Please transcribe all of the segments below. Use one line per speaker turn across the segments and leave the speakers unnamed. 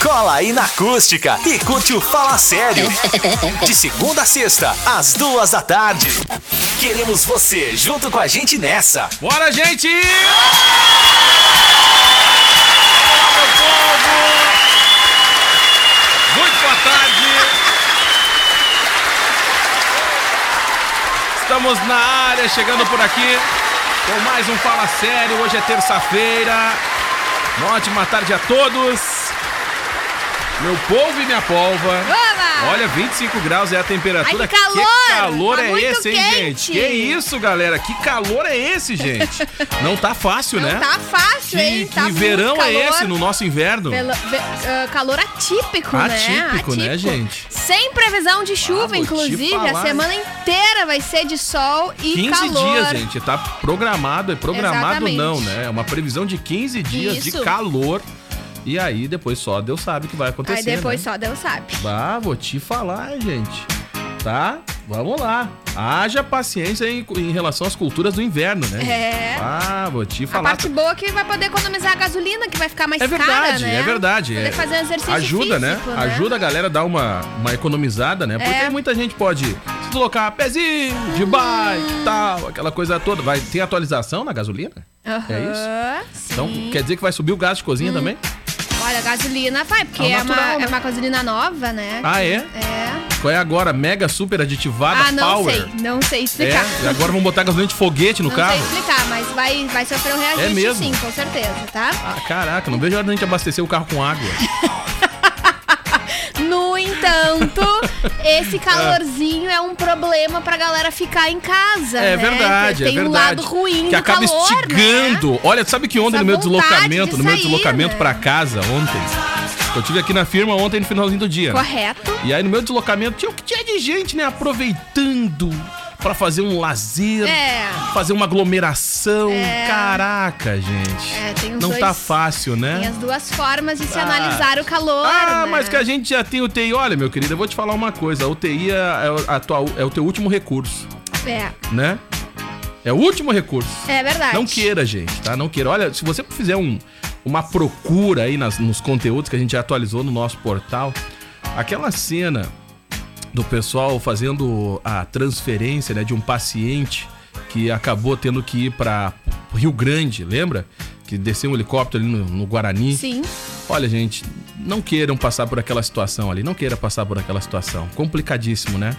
Cola aí na acústica e curte o Fala Sério. De segunda a sexta, às duas da tarde. Queremos você junto com a gente nessa.
Bora, gente! Olá, meu povo! Muito boa tarde! Estamos na área, chegando por aqui com mais um Fala Sério. Hoje é terça-feira. Uma ótima tarde a todos. Meu povo e minha polva.
Vamos!
Olha, 25 graus é a temperatura.
Ai, que calor!
Que calor
Tá
é
muito
esse, hein, gente?
quente!
Que isso, galera? Que calor é esse, gente? Não tá fácil, né?
Não tá fácil,
Que,
hein? Tá
que
muito
verão é
calor.
esse no nosso inverno?
Velo- ve- ah, calor atípico, né?
Atípico, né, gente?
Sem previsão de
Ah, vou
chuva,
te
inclusive.
falar,
A semana inteira vai ser de sol e
15
calor.
dias, gente. Tá programado, é programado
Exatamente.
não, né? É uma previsão de 15 dias de
Isso.
calor. E aí depois só Deus sabe o que vai acontecer.
Aí depois
né?
só Deus sabe.
Ah, vou te falar, gente. Tá? Vamos lá. Haja paciência em, em relação às culturas do inverno, né?
É.
Ah, vou te
A
falar.
parte boa é que vai poder economizar a gasolina, que vai ficar mais
É
cara,
verdade,
né?
é verdade.
Poder
é.
fazer um exercício
Ajuda,
físico,
né? Ajuda a galera a dar uma, uma economizada, né? Porque
É. Uhum.
muita gente pode se colocar pezinho de bike e tal, aquela coisa toda. Vai ter atualização na gasolina?
Aham, sim.
É
Hum.
Então, quer dizer que vai subir o gasto de cozinha também?
Olha, a gasolina vai, porque
É o
é,
natural,
uma,
né?
é uma gasolina nova, né?
Ah, é?
É.
Qual é agora? Mega super aditivada
Ah, não
power.
sei. Não sei explicar.
É, e agora vão botar gasolina de foguete no
Não
carro.
sei explicar, mas vai, vai sofrer um reajuste
É mesmo?
sim, com certeza, tá?
Ah, caraca, não vejo a hora da gente abastecer o carro com água.
No entanto, esse calorzinho é um problema pra galera ficar em casa.
É
né?
verdade,
Tem
é verdade.
um lado ruim
que
do
acaba
calor, né?
estigando. Olha, sabe que ontem
Essa
no meu
vontade
deslocamento,
de
no meu
sair,
deslocamento
né?
pra casa ontem, que eu tive aqui na firma ontem no finalzinho do dia.
Né?
né?
Correto.
E aí no meu deslocamento tinha o que tinha de gente, né, aproveitando pra fazer um lazer,
É.
fazer uma aglomeração.
É.
Caraca, gente.
É, tem os
Não
dois-
tá fácil, né?
Tem as duas formas de se
Ah.
analisar o calor.
Ah,
né?
mas que a gente já tem UTI. Olha, meu querido, eu vou te falar uma coisa. A UTI é, é o- a tua- é o teu último recurso,
É,
né? É o último recurso.
é verdade.
Não queira, gente, tá? Não queira. Olha, se você fizer um- uma procura aí nas- nos conteúdos que a gente já atualizou no nosso portal, aquela cena do pessoal fazendo a transferência né, de um paciente que acabou tendo que ir pra Rio Grande, lembra? Que desceu um helicóptero ali no, no Guarani.
Sim.
Olha, gente, não queiram passar por aquela situação ali, não queira passar por aquela situação. Complicadíssimo, né?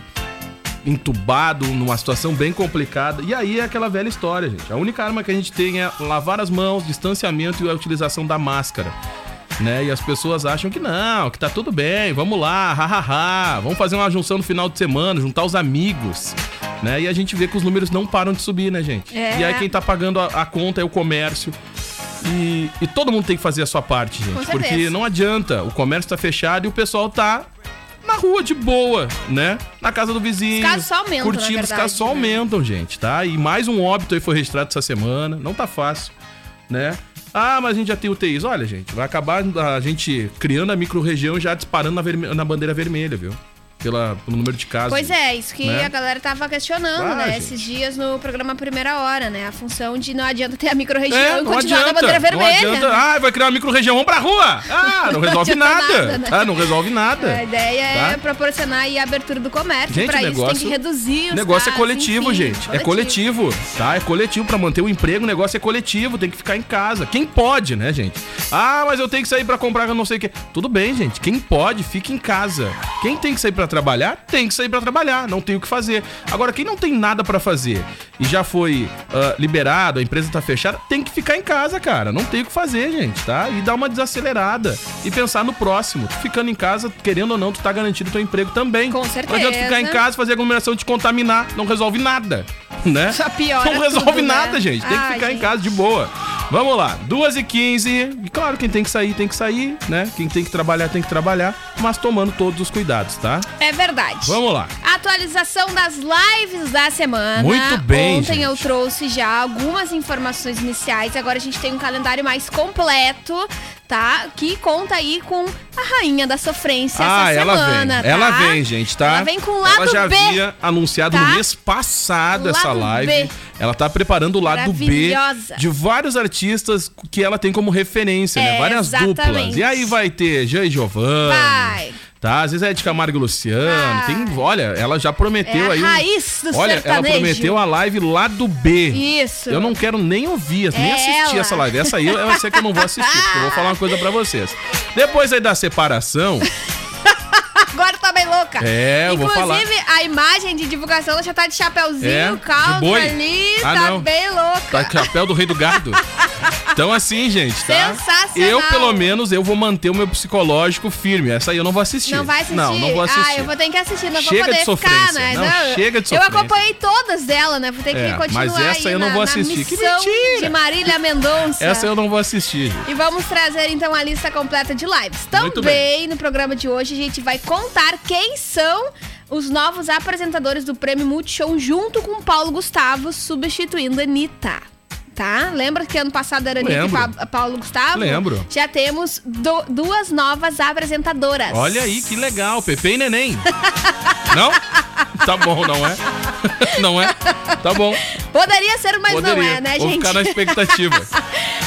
Entubado, numa situação bem complicada. E aí é aquela velha história, gente. A única arma que a gente tem é lavar as mãos, distanciamento e a utilização da máscara. Né? E as pessoas acham que não, que tá tudo bem, vamos lá, hahaha, vamos fazer uma junção no final de semana, juntar os amigos. Né? E a gente vê que os números não param de subir, né, gente?
É.
E aí quem tá pagando a- a conta é o comércio. E, e todo mundo tem que fazer a sua parte,
Com
gente.
certeza.
Porque não adianta, o comércio tá fechado e o pessoal tá na rua de boa, né? Na casa do vizinho.
Os casos só aumentam,
Curtindo,
na
os
verdade,
casos só
né?
aumentam, gente, tá? E mais um óbito aí foi registrado essa semana. Não tá fácil, né? Ah, mas a gente já tem UTIs. Olha, gente, vai acabar a gente criando a micro-região e já disparando na, verme- na bandeira vermelha, viu? Pela, pelo número de casos.
Pois é, isso que
né?
a galera tava questionando,
Ah,
né?
gente.
Esses dias no programa Primeira Hora, né? A função de não adianta ter a micro-região
É, não
e continuar
adianta,
na bandeira vermelha.
Não adianta.
né?
Ah, vai criar uma micro-região, vamos pra rua. Ah, não
Não
resolve
adianta
nada.
nada, né?
Tá, não resolve nada.
A ideia é
Tá?
proporcionar aí a abertura do comércio.
Gente,
pra
o
isso
negócio-
tem que reduzir
O
os
negócio é
casos,
coletivo,
enfim,
gente. É coletivo, tá? É coletivo pra manter o emprego, o negócio é coletivo, tem que ficar em casa. Quem pode, né, gente? Ah, mas eu tenho que sair pra comprar, eu não sei o quê. Tudo bem, gente. Quem pode, fica em casa. Quem tem que sair pra trabalhar, tem que sair pra trabalhar, não tem o que fazer. Agora, quem não tem nada pra fazer e já foi ah, liberado, a empresa tá fechada, tem que ficar em casa, cara. Não tem o que fazer, gente, tá? E dar uma desacelerada e pensar no próximo. Tu ficando em casa, querendo ou não, tu tá garantido teu emprego também.
Com
Não adianta ficar em
certeza.
casa casa, fazer aglomeração te contaminar, não resolve nada, né?
Só piora
Não resolve
tudo, né?
nada, gente. Tem que
Ai,
ficar em
gente.
casa de boa. Vamos lá, 2 e 15 E claro, quem tem que sair, tem que sair, né? Quem tem que trabalhar, tem que trabalhar, mas tomando todos os cuidados, tá?
É verdade.
Vamos lá.
Atualização das lives da semana.
Muito bem,
Ontem
gente.
eu trouxe já algumas informações iniciais. Agora a gente tem um calendário mais completo, tá? Que conta aí com a rainha da sofrência
ah,
essa
ela
semana.
vem.
tá?
Ela vem, gente, tá?
Ela vem com o lado
Ela já
B.
havia anunciado
tá?
no mês passado essa
Lado
live.
B.
Ela tá preparando o lado B
Maravilhosa.
de vários artistas que ela tem como referência, né?
É,
Várias duplas.
exatamente.
E aí vai ter Jean e Giovanni.
Vai.
Tá, às vezes é de Camargo e Luciano.
Vai.
Tem, olha, ela já prometeu
Ah. É a
aí. um-
raiz do
olha,
sertanejo.
ela prometeu um- a live lá do B.
Isso.
Eu não quero nem ouvir, assim, nem
É
assistir
ela.
essa live. Essa aí eu eu sei que eu não vou assistir, porque eu vou falar uma coisa pra vocês. Depois aí da separação,
Agora tá bem louca.
É, eu vou
Inclusive,
falar.
a imagem de divulgação ela já tá de chapéuzinho,
É, de
caldo
boi.
ali,
Ah,
tá
não.
bem louca.
Tá com chapéu do rei do gado. Então assim, gente, tá?
Sensacional.
Eu, pelo menos, eu vou manter o meu psicológico firme. Essa aí eu não vou assistir.
Não vai assistir?
Não, não vou assistir.
Ah, eu vou ter que assistir, não
Chega
vou poder
de
ficar,
sofrência.
né?
Não, chega de sofrência.
Eu acompanhei todas dela, né? Vou ter que
É,
continuar
mas essa
aí
eu não
na,
vou
na
assistir. Que
missão
mentira!
de Marília Mendonça.
Essa eu não vou assistir. gente.
E vamos trazer então a lista completa de lives.
Muito bem.
Também no programa de hoje a gente vai contar quem são os novos apresentadores do Prêmio Multishow junto com Paulo Gustavo, substituindo a Anitta. Tá? Lembra que ano passado era Anitta e
Lembro.
Pa- Paulo Gustavo?
Lembro.
Já temos do- duas novas apresentadoras.
Olha aí, que legal. Pepe e Neném. não? Tá bom, não é? não é? Tá bom.
Poderia ser, mas
Poderia.
não é, né,
vou
gente?
ficar na expectativa.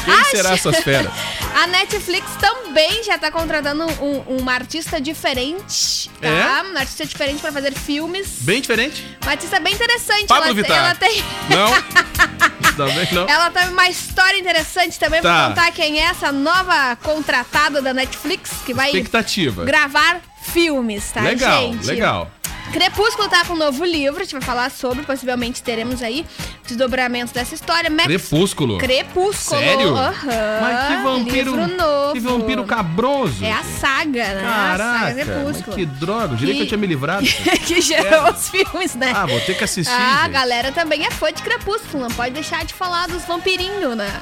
Quem será essas feras?
A Netflix também já tá contratando um, uma artista diferente, tá?
É?
Uma artista diferente pra fazer filmes.
Bem diferente?
Uma artista é bem interessante.
Pablo
ela,
Vittar.
ela tem.
Não? Também não.
Ela tem uma história interessante também
Tá.
pra contar quem é essa nova contratada da Netflix que vai
Expectativa.
gravar filmes, tá,
legal,
gente?
legal.
Crepúsculo tá com um novo livro, a gente vai falar sobre, possivelmente teremos aí desdobramentos dessa história. Max
Crepúsculo.
Crepúsculo.
Sério?
Aham.
Mas que vampiro.
Livro novo.
Que vampiro cabroso.
É a saga, né? a
Caraca,
saga Crepúsculo.
mas que droga. Eu diria que eu
E-
tinha me livrado.
que gerou os filmes, né?
Ah, vou ter que assistir.
Ah, a
gente.
galera também é fã de Crepúsculo, não pode deixar de falar dos vampirinhos, né?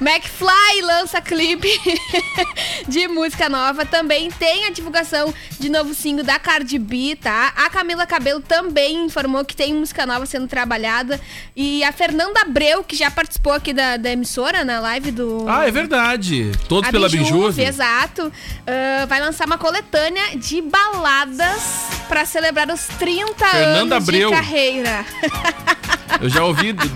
McFly lança clipe de música nova, também tem a divulgação de novo single da Cardi B, tá? A Camila Cabelo também informou que tem música nova sendo trabalhada e a Fernanda Abreu, que já participou aqui da, da emissora, na live do...
Ah, é verdade. Todos
A
pela
Bijuve,
Bijuve.
Exato. Ah, vai lançar uma coletânea de baladas pra celebrar os 30
Fernanda
anos
Abreu.
de carreira.
Eu já ouvi du-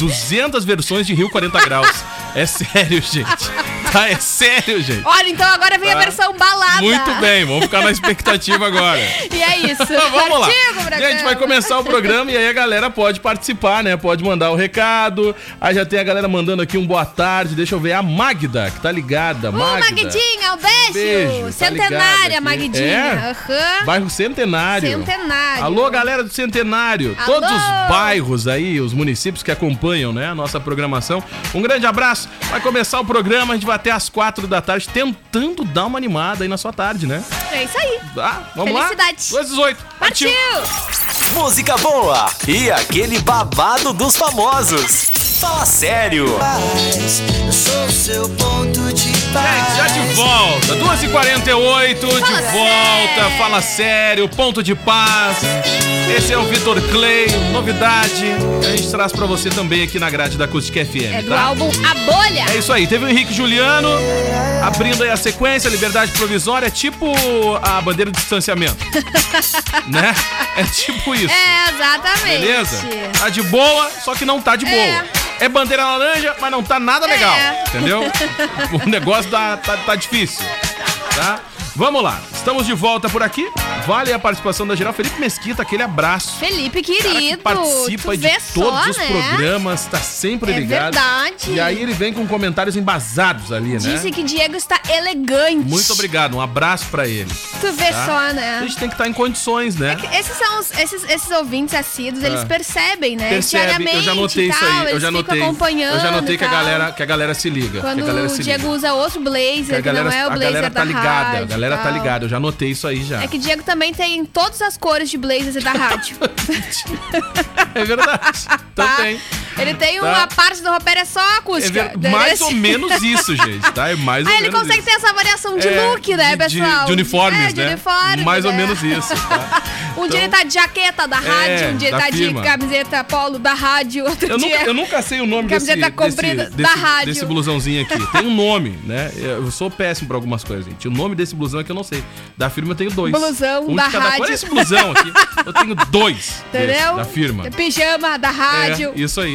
200 versões de Rio 40 Graus. É sério, gente. Tá, é sério, gente.
Olha, então agora vem
Tá.
a versão balada.
Muito bem, vamos ficar na expectativa agora. Então,
E é isso.
Vamos lá.
Artigo, Bragana.
Gente, vai começar o programa e aí a galera pode participar, né? Pode mandar o recado. Aí já tem a galera mandando aqui um boa tarde. Deixa eu ver a Magda, que tá ligada.
Ô, Magdinha, um beijo.
Beijo, tá ligada
Centenária,
aqui. É?
Magdinha. Aham.
Bairro Centenário.
Centenário.
Alô, galera do Centenário.
Alô!
Todos os bairros aí, os municípios que acompanham, né, a nossa programação. Um grande abraço. Vai começar o programa, a gente vai até às quatro da tarde, tentando dar uma animada aí na sua tarde, né?
É isso aí.
Ah, vamos lá?
Felicidade.
218.
Partiu.
Música boa e aquele babado dos famosos. Fala sério.
Eu sou seu ponto de
Gente, É, já
paz.
de volta, 2h48, de
Fala
volta,
sério.
fala sério, ponto de paz. Esse é o Vitor Clay, novidade. A gente traz pra você também aqui na grade da Acústica FM,
É do
tá?
álbum A Bolha.
É isso aí, teve o Henrique Juliano abrindo aí a sequência, liberdade provisória, tipo a bandeira de distanciamento. né? É tipo isso.
É, exatamente.
Beleza? Tá de boa, só que não tá de boa. É,
É.
bandeira laranja, mas não tá nada legal.
É.
Entendeu? o negócio tá, tá, tá difícil. Tá? Vamos lá, estamos de volta por aqui. Vale a participação da geral. Felipe Mesquita, aquele abraço.
Felipe,
Cara
querido.
que participa
tu
de
vê
todos
só,
os
né?
programas, tá sempre
É
ligado.
verdade.
E aí ele vem com comentários embasados ali, né?
Disse que Diego está elegante.
Muito obrigado, um abraço pra ele.
Tu vê
tá?
só,
A
né?
gente tem que estar em condições, né?
Esses são os- esses, esses ouvintes assíduos, eles
É.
percebem, né?
Percebe,
Diariamente
eu já notei
e
isso
tal,
aí, eu
eles
já
ficam
notei.
acompanhando
Eu já notei
e
que a,
tal.
galera, que a galera se liga. que a
Quando
galera
o
se
Diego
liga.
usa outro
Que
blazer,
a
que,
galera,
não é o
a
blazer
galera
da
tá ligada,
rádio
a galera
e
tá
tal.
ligada, eu já notei isso aí já.
É que o Diego também tem todas as cores de blazer da rádio.
É verdade. Então
Tá?
tem.
Ele tem
Tá.
uma parte do roupeiro é só
É
acústica.
ver- mais ou
Entendeu?
menos isso, gente, tá? É mais ou
Aí Ah, ele
menos
consegue
isso.
ter essa variação de
É,
look, né,
de- de-
pessoal?
de uniformes,
é, de
né?
uniforme,
Mais ou
né?
menos isso, tá?
Um dia
Então-
ele tá de jaqueta da rádio, um dia ele
da
tá
firma.
de camiseta polo da rádio, outro
Eu
dia...
nunca, eu nunca sei o nome desse,
Camiseta
desse,
comprida
desse,
da rádio.
desse blusãozinho aqui. Tem um nome, né? Eu sou péssimo pra algumas coisas, gente. O nome desse blusão aqui eu não sei. Da firma eu tenho dois.
Blusão
um
da
de cada
rádio.
Cor. Olha esse blusão aqui. Eu tenho dois.
Entendeu?
desse, da firma.
Pijama da rádio.
É, isso aí.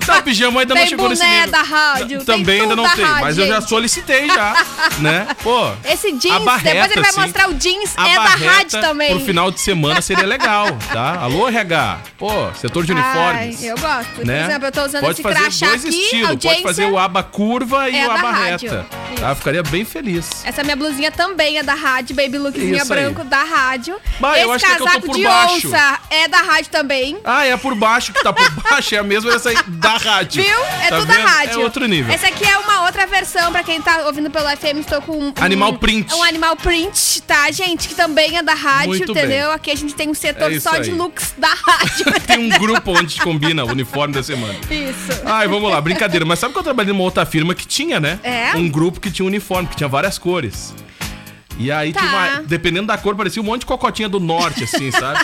Tá, pijama ainda não
Tem
chegou nesse
boné
nível.
da rádio, tem
Também
tudo
ainda não
da
tem, mas
rádio,
eu já
gente.
solicitei já, né? Pô.
Esse jeans,
a barreta,
depois ele vai
sim.
mostrar o jeans,
A
é
barreta
da rádio também.
Pro final de semana seria legal, tá? Alô, RH. Pô, setor de uniformes.
Ai, eu gosto.
né?
Por exemplo, eu tô usando
pode
esse
fazer
crachá
dois
aqui,
estilos. Pode
audiência.
fazer o aba curva e
é
o
da
aba
rádio.
reta.
Isso.
Tá? Eu ficaria bem feliz.
Essa minha blusinha também é da rádio, baby lookzinha
Isso aí.
branco da rádio.
Bah,
Esse
eu acho que é que eu tô
casaco
por
de
baixo.
onça é da rádio também.
Ah, é a por baixo que tá por baixo, é a mesma essa aí da rádio.
Viu? É
Tá
tudo
vendo?
da rádio.
É outro nível.
Essa aqui é uma outra versão, pra quem tá ouvindo pelo FM, estou com um... um-
Animal print.
Um animal print, tá, gente? Que também é da rádio,
Muito bem.
entendeu? Aqui a gente tem um setor
É isso
só de
aí.
looks da rádio. é
Tem um grupo onde combina o uniforme da semana.
Isso.
Ai, vamos lá, brincadeira. Mas sabe que eu trabalhei numa outra firma que tinha, né?
É?
Um grupo que tinha um uniforme, que tinha várias cores. E aí,
Tá.
tinha uma- dependendo da cor, parecia um monte de cocotinha do norte, assim, sabe?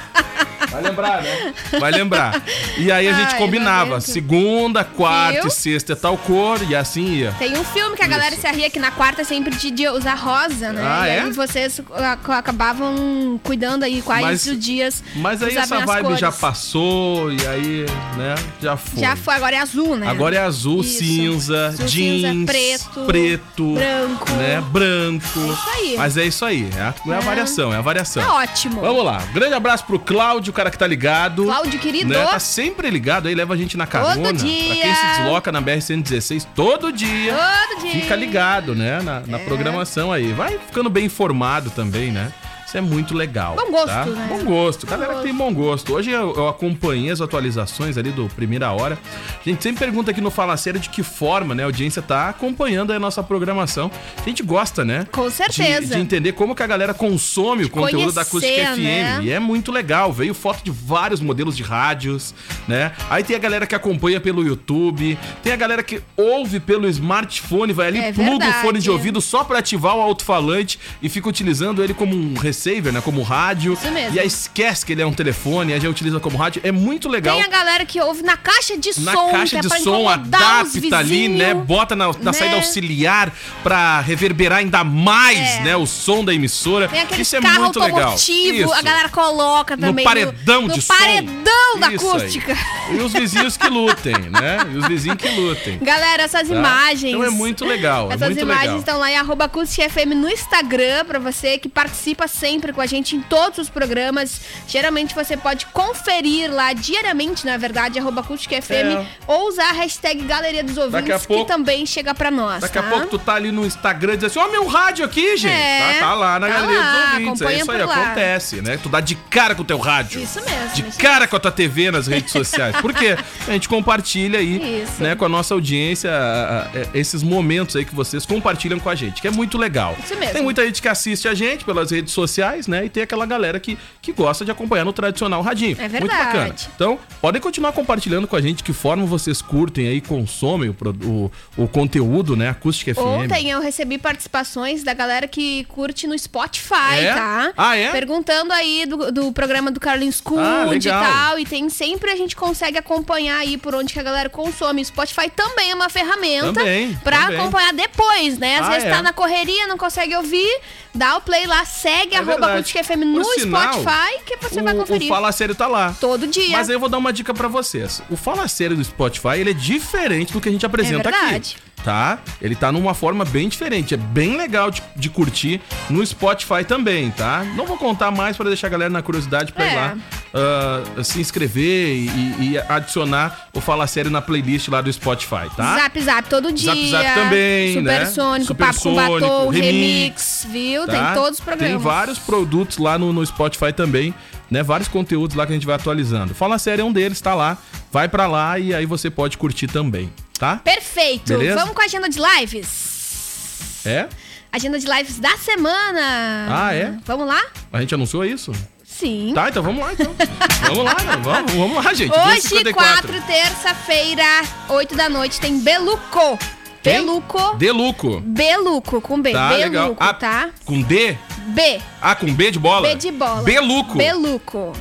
Vai lembrar, né? Vai lembrar. E aí a gente
Ai,
combinava
lamento.
segunda, quarta
Viu?
e sexta é tal cor, e assim ia.
Tem um filme que a galera se arria que na quarta sempre de dia usar rosa, né?
Ah,
e
é?
aí vocês ac- acabavam cuidando aí quais
Mas-
os dias.
Mas aí
usavam
essa
as
vibe
cores.
já passou, e aí, né? Já foi.
Já foi, agora é azul, né?
Agora é azul,
Isso.
cinza,
Azul,
jeans,
cinza,
preto,
preto,
branco,
branco.
né? Branco. É
isso aí.
Mas é isso aí, é a, é a
É.
variação, é a variação.
Tá ótimo.
Vamos lá, grande abraço pro Cláudio, o cara que tá ligado.
Cláudio, querido.
Né? Tá sempre ligado aí, leva a gente na carona.
dia.
Pra quem se desloca na BR-116 todo dia.
Todo dia. É.
Fica ligado, né? Na, na programação aí. Vai ficando bem informado também, né? Isso é muito legal.
Bom gosto,
tá?
né?
Bom gosto. Galera que
gosto.
tem bom gosto. Hoje eu, eu acompanhei as atualizações ali do Primeira Hora. A gente sempre pergunta aqui no Fala Sério de que forma né, a audiência tá acompanhando aí a nossa programação. A gente gosta, né?
Com certeza.
De, de entender como que a galera consome o conteúdo da Acústica
conhecer,
FM.
né?
E é muito legal. Veio foto de vários modelos de rádios, né? Aí tem a galera que acompanha pelo YouTube, tem a galera que ouve pelo smartphone, vai ali,
É
pluga o
verdade.
fone de ouvido só pra ativar o alto-falante e fica utilizando ele como um receiver, né? Como rádio.
Isso mesmo.
E aí esquece que ele é um telefone, aí já utiliza como rádio. É muito legal.
Tem a galera que ouve na caixa de
Na
som,
caixa
que é
de
pra
som,
incomodar os
adapta ali, né?
vizinhos.
Bota na, na
né?
saída auxiliar pra reverberar ainda mais,
É.
né? O som da emissora.
Tem aquele
Isso é
carro
muito legal.
automotivo,
Isso.
a galera coloca também.
No paredão
no,
de
no
som.
paredão da
Isso aí.
acústica.
E os vizinhos que lutem, né? E os vizinhos que lutem.
Galera, essas
Tá?
imagens.
Então é muito legal, é
Essas
muito
imagens
legal.
estão lá em arroba Acústica FM no Instagram pra você que participa sempre com a gente em todos os programas. Geralmente você pode conferir lá diariamente, na verdade, arroba Acústica FM
É.
ou usar a hashtag Galeria dos
Daqui a
Ouvintes
pouco-
que também chega pra nós.
Daqui a
tá?
pouco tu tá ali no Instagram e diz assim, ó, meu rádio aqui, gente.
É,
tá, tá lá na
tá
galeria dos
lá,
ouvintes. É
acompanha
isso aí,
por lá.
acontece, né? Tu dá de cara com o teu rádio.
Isso mesmo,
De
isso
cara com a tua TV nas redes sociais. Por quê? A gente compartilha aí,
Isso.
né, com a nossa audiência, a- a- a- esses momentos aí que vocês compartilham com a gente, que é muito legal.
Isso mesmo.
Tem muita gente que assiste a gente pelas redes sociais, né? E tem aquela galera que, que gosta de acompanhar no tradicional radinho.
É
Muito
verdade.
bacana. Então, podem continuar compartilhando com a gente que forma vocês curtem aí, consomem o, pro- o, o conteúdo, né? Acústica FM.
Ontem eu recebi participações da galera que curte no Spotify,
É?
tá?
Ah, é?
Perguntando aí do, do programa do Carlinhos Cunha
Ah,
e
legal.
tal. E tem sempre a gente consegue acompanhar aí por onde que a galera consome. O Spotify também é uma ferramenta
Também,
pra
também.
acompanhar depois, né? Às
Ah,
vezes
é.
tá na correria, não consegue ouvir, dá o play lá, segue
É
arroba
verdade.
Acústica FM no
Por sinal,
Spotify que você vai
o,
conferir é.
o Fala Sério tá lá.
todo dia.
Mas aí eu vou dar uma dica pra vocês. O Fala Sério do Spotify, ele é diferente do que a gente apresenta
É verdade.
aqui. Tá? Ele tá numa forma bem diferente. É bem legal de, de curtir no Spotify também, tá? Não vou contar mais pra deixar a galera na curiosidade pra ir
É.
lá ah, se inscrever e, e adicionar o Fala Sério na playlist lá do Spotify, tá?
Zap Zap todo dia.
Zap Zap também, né?
Supersônico, Papo com
Supersônico,
Batom,
Remix,
Remix, viu?
Tá?
Então Tem todos os programas.
Tem vários produtos lá no, no Spotify também, né? Vários conteúdos lá que a gente vai atualizando. Fala sério, é um deles, tá lá. Vai pra lá e aí você pode curtir também, tá?
Perfeito.
Beleza?
Vamos com a agenda de lives.
É?
Agenda de lives da semana.
Ah, é?
Vamos lá?
A gente anunciou isso?
Sim.
Tá, então vamos lá, então. vamos lá, né? vamos, vamos lá, gente.
Hoje,
2h54.
4, terça-feira, 8 da noite, tem Beluco.
Quem?
Beluco.
Deluco.
Beluco, com B.
Tá, legal.
Beluco,
Ah,
tá?
Com D?
B.
Ah, com B de bola?
B de bola.
Beluco.
Beluco.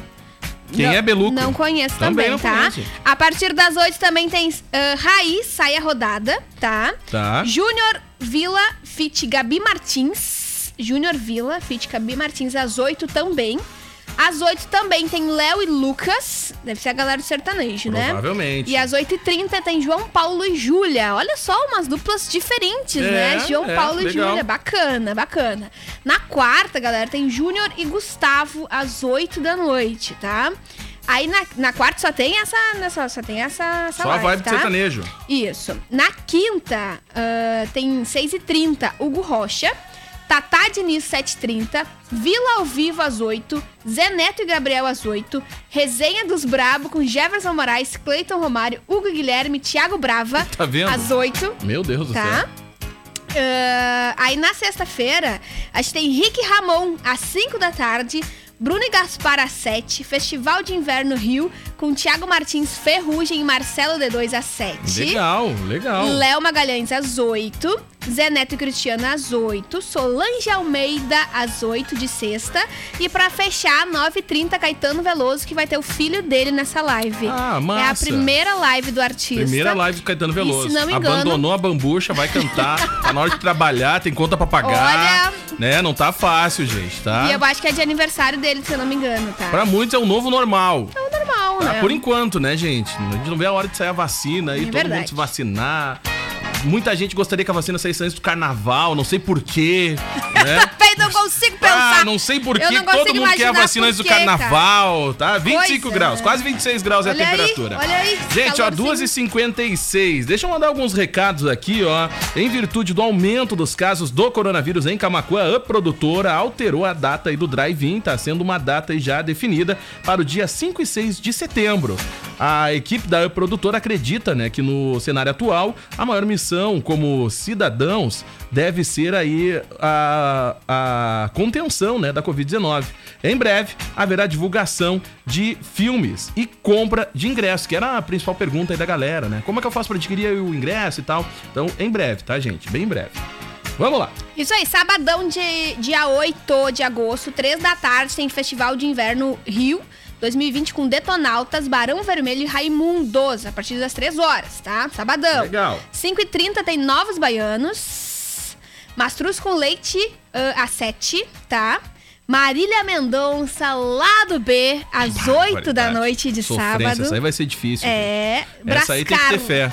Quem
Não-
é Beluco?
Não conheço
Também
também,
não
tá?
conheço.
A partir das 8 também tem ah, Raiz, Saia Rodada, tá?
Tá.
Júnior Vila, Fit Gabi Martins. Júnior Vila, Fit Gabi Martins, às 8 também. Às 8 também tem Léo e Lucas. Deve ser a galera do sertanejo, né?
Provavelmente.
E às 8h30 tem João Paulo e Júlia. Olha só, umas duplas diferentes,
É,
né? João
é,
Paulo e
legal.
Júlia. Bacana, bacana. Na quarta, galera, tem Júnior e Gustavo às 8 da noite, tá? Aí na, na quarta só tem essa. né, Só, só tem essa. essa
Só a
live,
vibe do
tá?
sertanejo.
Isso. Na quinta, ah, tem 6h30, Hugo Rocha. Tatá Diniz, 7h30. Vila ao Vivo, às 8 Zé Neto e Gabriel, às 8 Resenha dos Brabo, com Jefferson Moraes, Cleiton Romário, Hugo Guilherme, Thiago Brava.
Tá vendo?
Às 8
Meu Deus do
Tá?
céu.
Ah, aí na sexta-feira, a gente tem Rick Ramon às 5 da tarde, Bruno e Gaspar às 7, Festival de Inverno Rio, com Thiago Martins Ferrugem e Marcelo D2 às 7.
Legal, legal.
Léo Magalhães às 8, Zé Neto e Cristiano às 8, Solange Almeida às 8 de sexta e pra fechar 9h30 Caetano Veloso que vai ter o filho dele nessa live.
Ah,
É a
massa.
primeira live do artista.
Primeira live do Caetano Veloso.
E se não me engano-
Abandonou a bambucha, vai cantar. tá na hora de trabalhar, tem conta pra pagar. Né? Não tá fácil, gente, tá?
E eu acho que é de aniversário dele, se eu não me engano, tá?
Pra muitos é o novo normal.
É normal,
Tá?
né?
Por enquanto, né, gente? A gente não vê a hora de sair a vacina e
É
todo mundo
verdade.
se vacinar. Muita gente gostaria que a vacina saísse antes do carnaval, não sei porquê, né?
Bem, não consigo pensar.
Ah, não sei por
Eu
que
não consigo
todo mundo quer a
imaginar
vacina antes do
por quê,
carnaval, tá? 25
Coisa,
graus,
né?
quase 26 graus é
Olha
a
aí,
temperatura.
olha aí,
Gente, ó,
calorzinho.
2h56. Deixa eu mandar alguns recados aqui, ó. Em virtude do aumento dos casos do coronavírus em Camacuã, a produtora alterou a data aí do drive-in, tá sendo uma data aí já definida para o dia 5 e 6 de setembro. A equipe da produtora acredita, né, que no cenário atual, a maior missão como cidadãos deve ser aí a, a contenção, né, da Covid-19. Em breve, haverá divulgação de filmes e compra de ingresso, que era a principal pergunta aí da galera, né? Como é que eu faço pra adquirir o ingresso e tal? Então, em breve, tá, gente? Bem em breve. Vamos lá.
Isso aí, sabadão de dia 8 de agosto, 3 da tarde, tem Festival de Inverno Rio 2020 com Detonautas, Barão Vermelho e Raimundos, a partir das 3 horas, tá? Sabadão.
Legal.
5h30 tem Novos Baianos, Mastruz com Leite ah, às 7, tá? Marília Mendonça, lá do B, às 8 da
Barbaridade.
noite de
Sofrência, Essa aí
sábado.
vai ser difícil. gente.
É,
Essa aí tem que ter fé.
Brascarlo,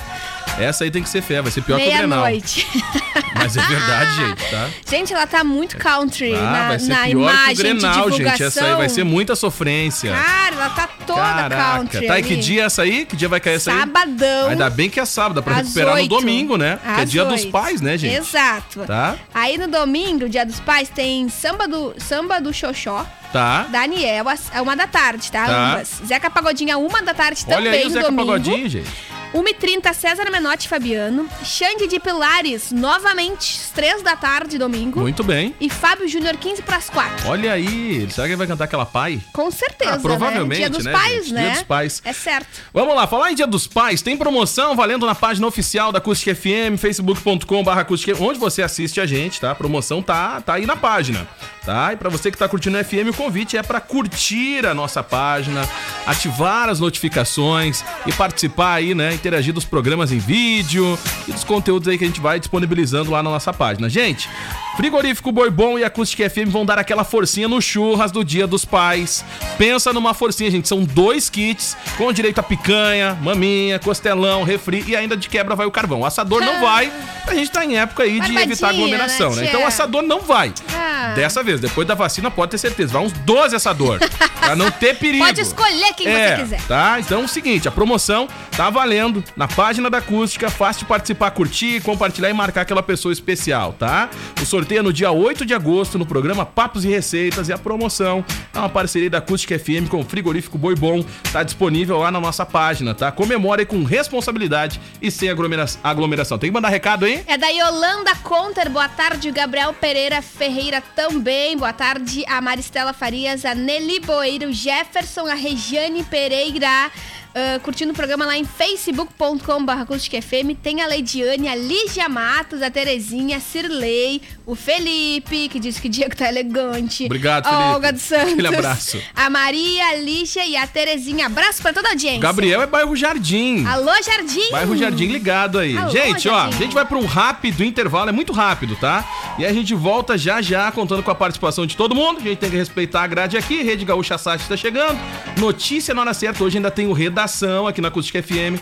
Essa aí tem que ser fé, vai ser pior que o Grenal.
meia-noite.
Mas é verdade, gente, tá?
Gente, ela tá muito country
Ah,
na,
vai ser
na
pior
imagem
que o Grenal,
de divulgação.
gente. Essa aí vai ser muita sofrência.
Cara, ela tá toda country.
Tá, e que
ali.
dia é essa aí? Que dia vai cair essa aí?
Sabadão.
Ainda bem que é sábado, dá pra
às
recuperar
oito.
no domingo, né? Que é
Às
dia dos
oito.
pais, né, gente?
Exato.
Tá?
Aí no domingo, dia dos pais, tem samba do, samba do Xoxó,
Tá.
Daniel, às- à uma da tarde, tá?
Tá.
Ambas. Zeca Pagodinha, uma da tarde
Olha
também
aí o
no
Zeca
domingo.
Pagodinho, gente.
1h30, César Menotti e Fabiano. Xande de Pilares, novamente, às três da tarde, domingo.
Muito bem.
E Fábio Júnior, 15 pras quatro.
Olha aí, será que ele vai cantar aquela pai?
Com certeza,
Ah, provavelmente,
né? Dia dos
né,
pais,
gente?
né?
Dia dos pais.
É certo.
Vamos lá, falar em Dia dos Pais, tem promoção valendo na página oficial da Acústica FM, facebook.com.br, acústica, onde você assiste a gente, tá? A promoção tá, tá aí na página, tá? E pra você que tá curtindo o FM, o convite é pra curtir a nossa página, ativar as notificações e participar aí, né? Interagir dos programas em vídeo e dos conteúdos aí que a gente vai disponibilizando lá na nossa página. Gente, frigorífico Boi Bom e Acústica FM vão dar aquela forcinha no churras do Dia dos Pais. Pensa numa forcinha, gente, são dois kits com direito a picanha, maminha, costelão, refri e ainda de quebra vai o carvão. O assador não vai, a gente tá em época aí de
Ah. Barbadinha,
evitar aglomeração,
né,
né?
tia?
Então o assador não vai.
Ah.
Dessa vez, depois da vacina, pode ter certeza, vai uns 12 assador, pra não ter perigo.
Pode escolher quem
É,
você quiser.
Tá? Então é o seguinte, a promoção tá valendo na página da Acústica, fácil de participar, curtir, compartilhar e marcar aquela pessoa especial, tá? O sorteio é no dia 8 de agosto no programa Papos e Receitas e a promoção é uma parceria da Acústica FM com o frigorífico Boi Bom, tá disponível lá na nossa página, tá? Comemore com responsabilidade e sem aglomera- aglomeração. Tem que mandar recado, hein?
É da Yolanda Conter, boa tarde, Gabriel Pereira Ferreira Oliveira também. Boa tarde a Maristela Farias, a Nelly Boeiro, Jefferson, a Regiane Pereira. ah, curtindo o programa lá em facebook.com.br acústicafm. Tem a Leidiane, a Lígia Matos, a Terezinha, a Cirlei, o Felipe, que disse que o Diego tá elegante.
Obrigado,
a
Felipe.
Olga dos Santos.
Aquele abraço.
A Maria, a Lígia e a Terezinha. Abraço pra toda a audiência.
Gabriel é bairro Jardim.
Alô, Jardim.
Bairro Jardim ligado aí.
Alô,
gente, ó, a
Jardim.
gente vai pro rápido intervalo, é muito rápido, tá? E a gente volta já já contando com a participação de todo mundo. A gente tem que respeitar a grade aqui. Rede Gaúcha Sat tá chegando. Notícia na hora certa. Hoje ainda tem o Redação aqui na Acústica FM.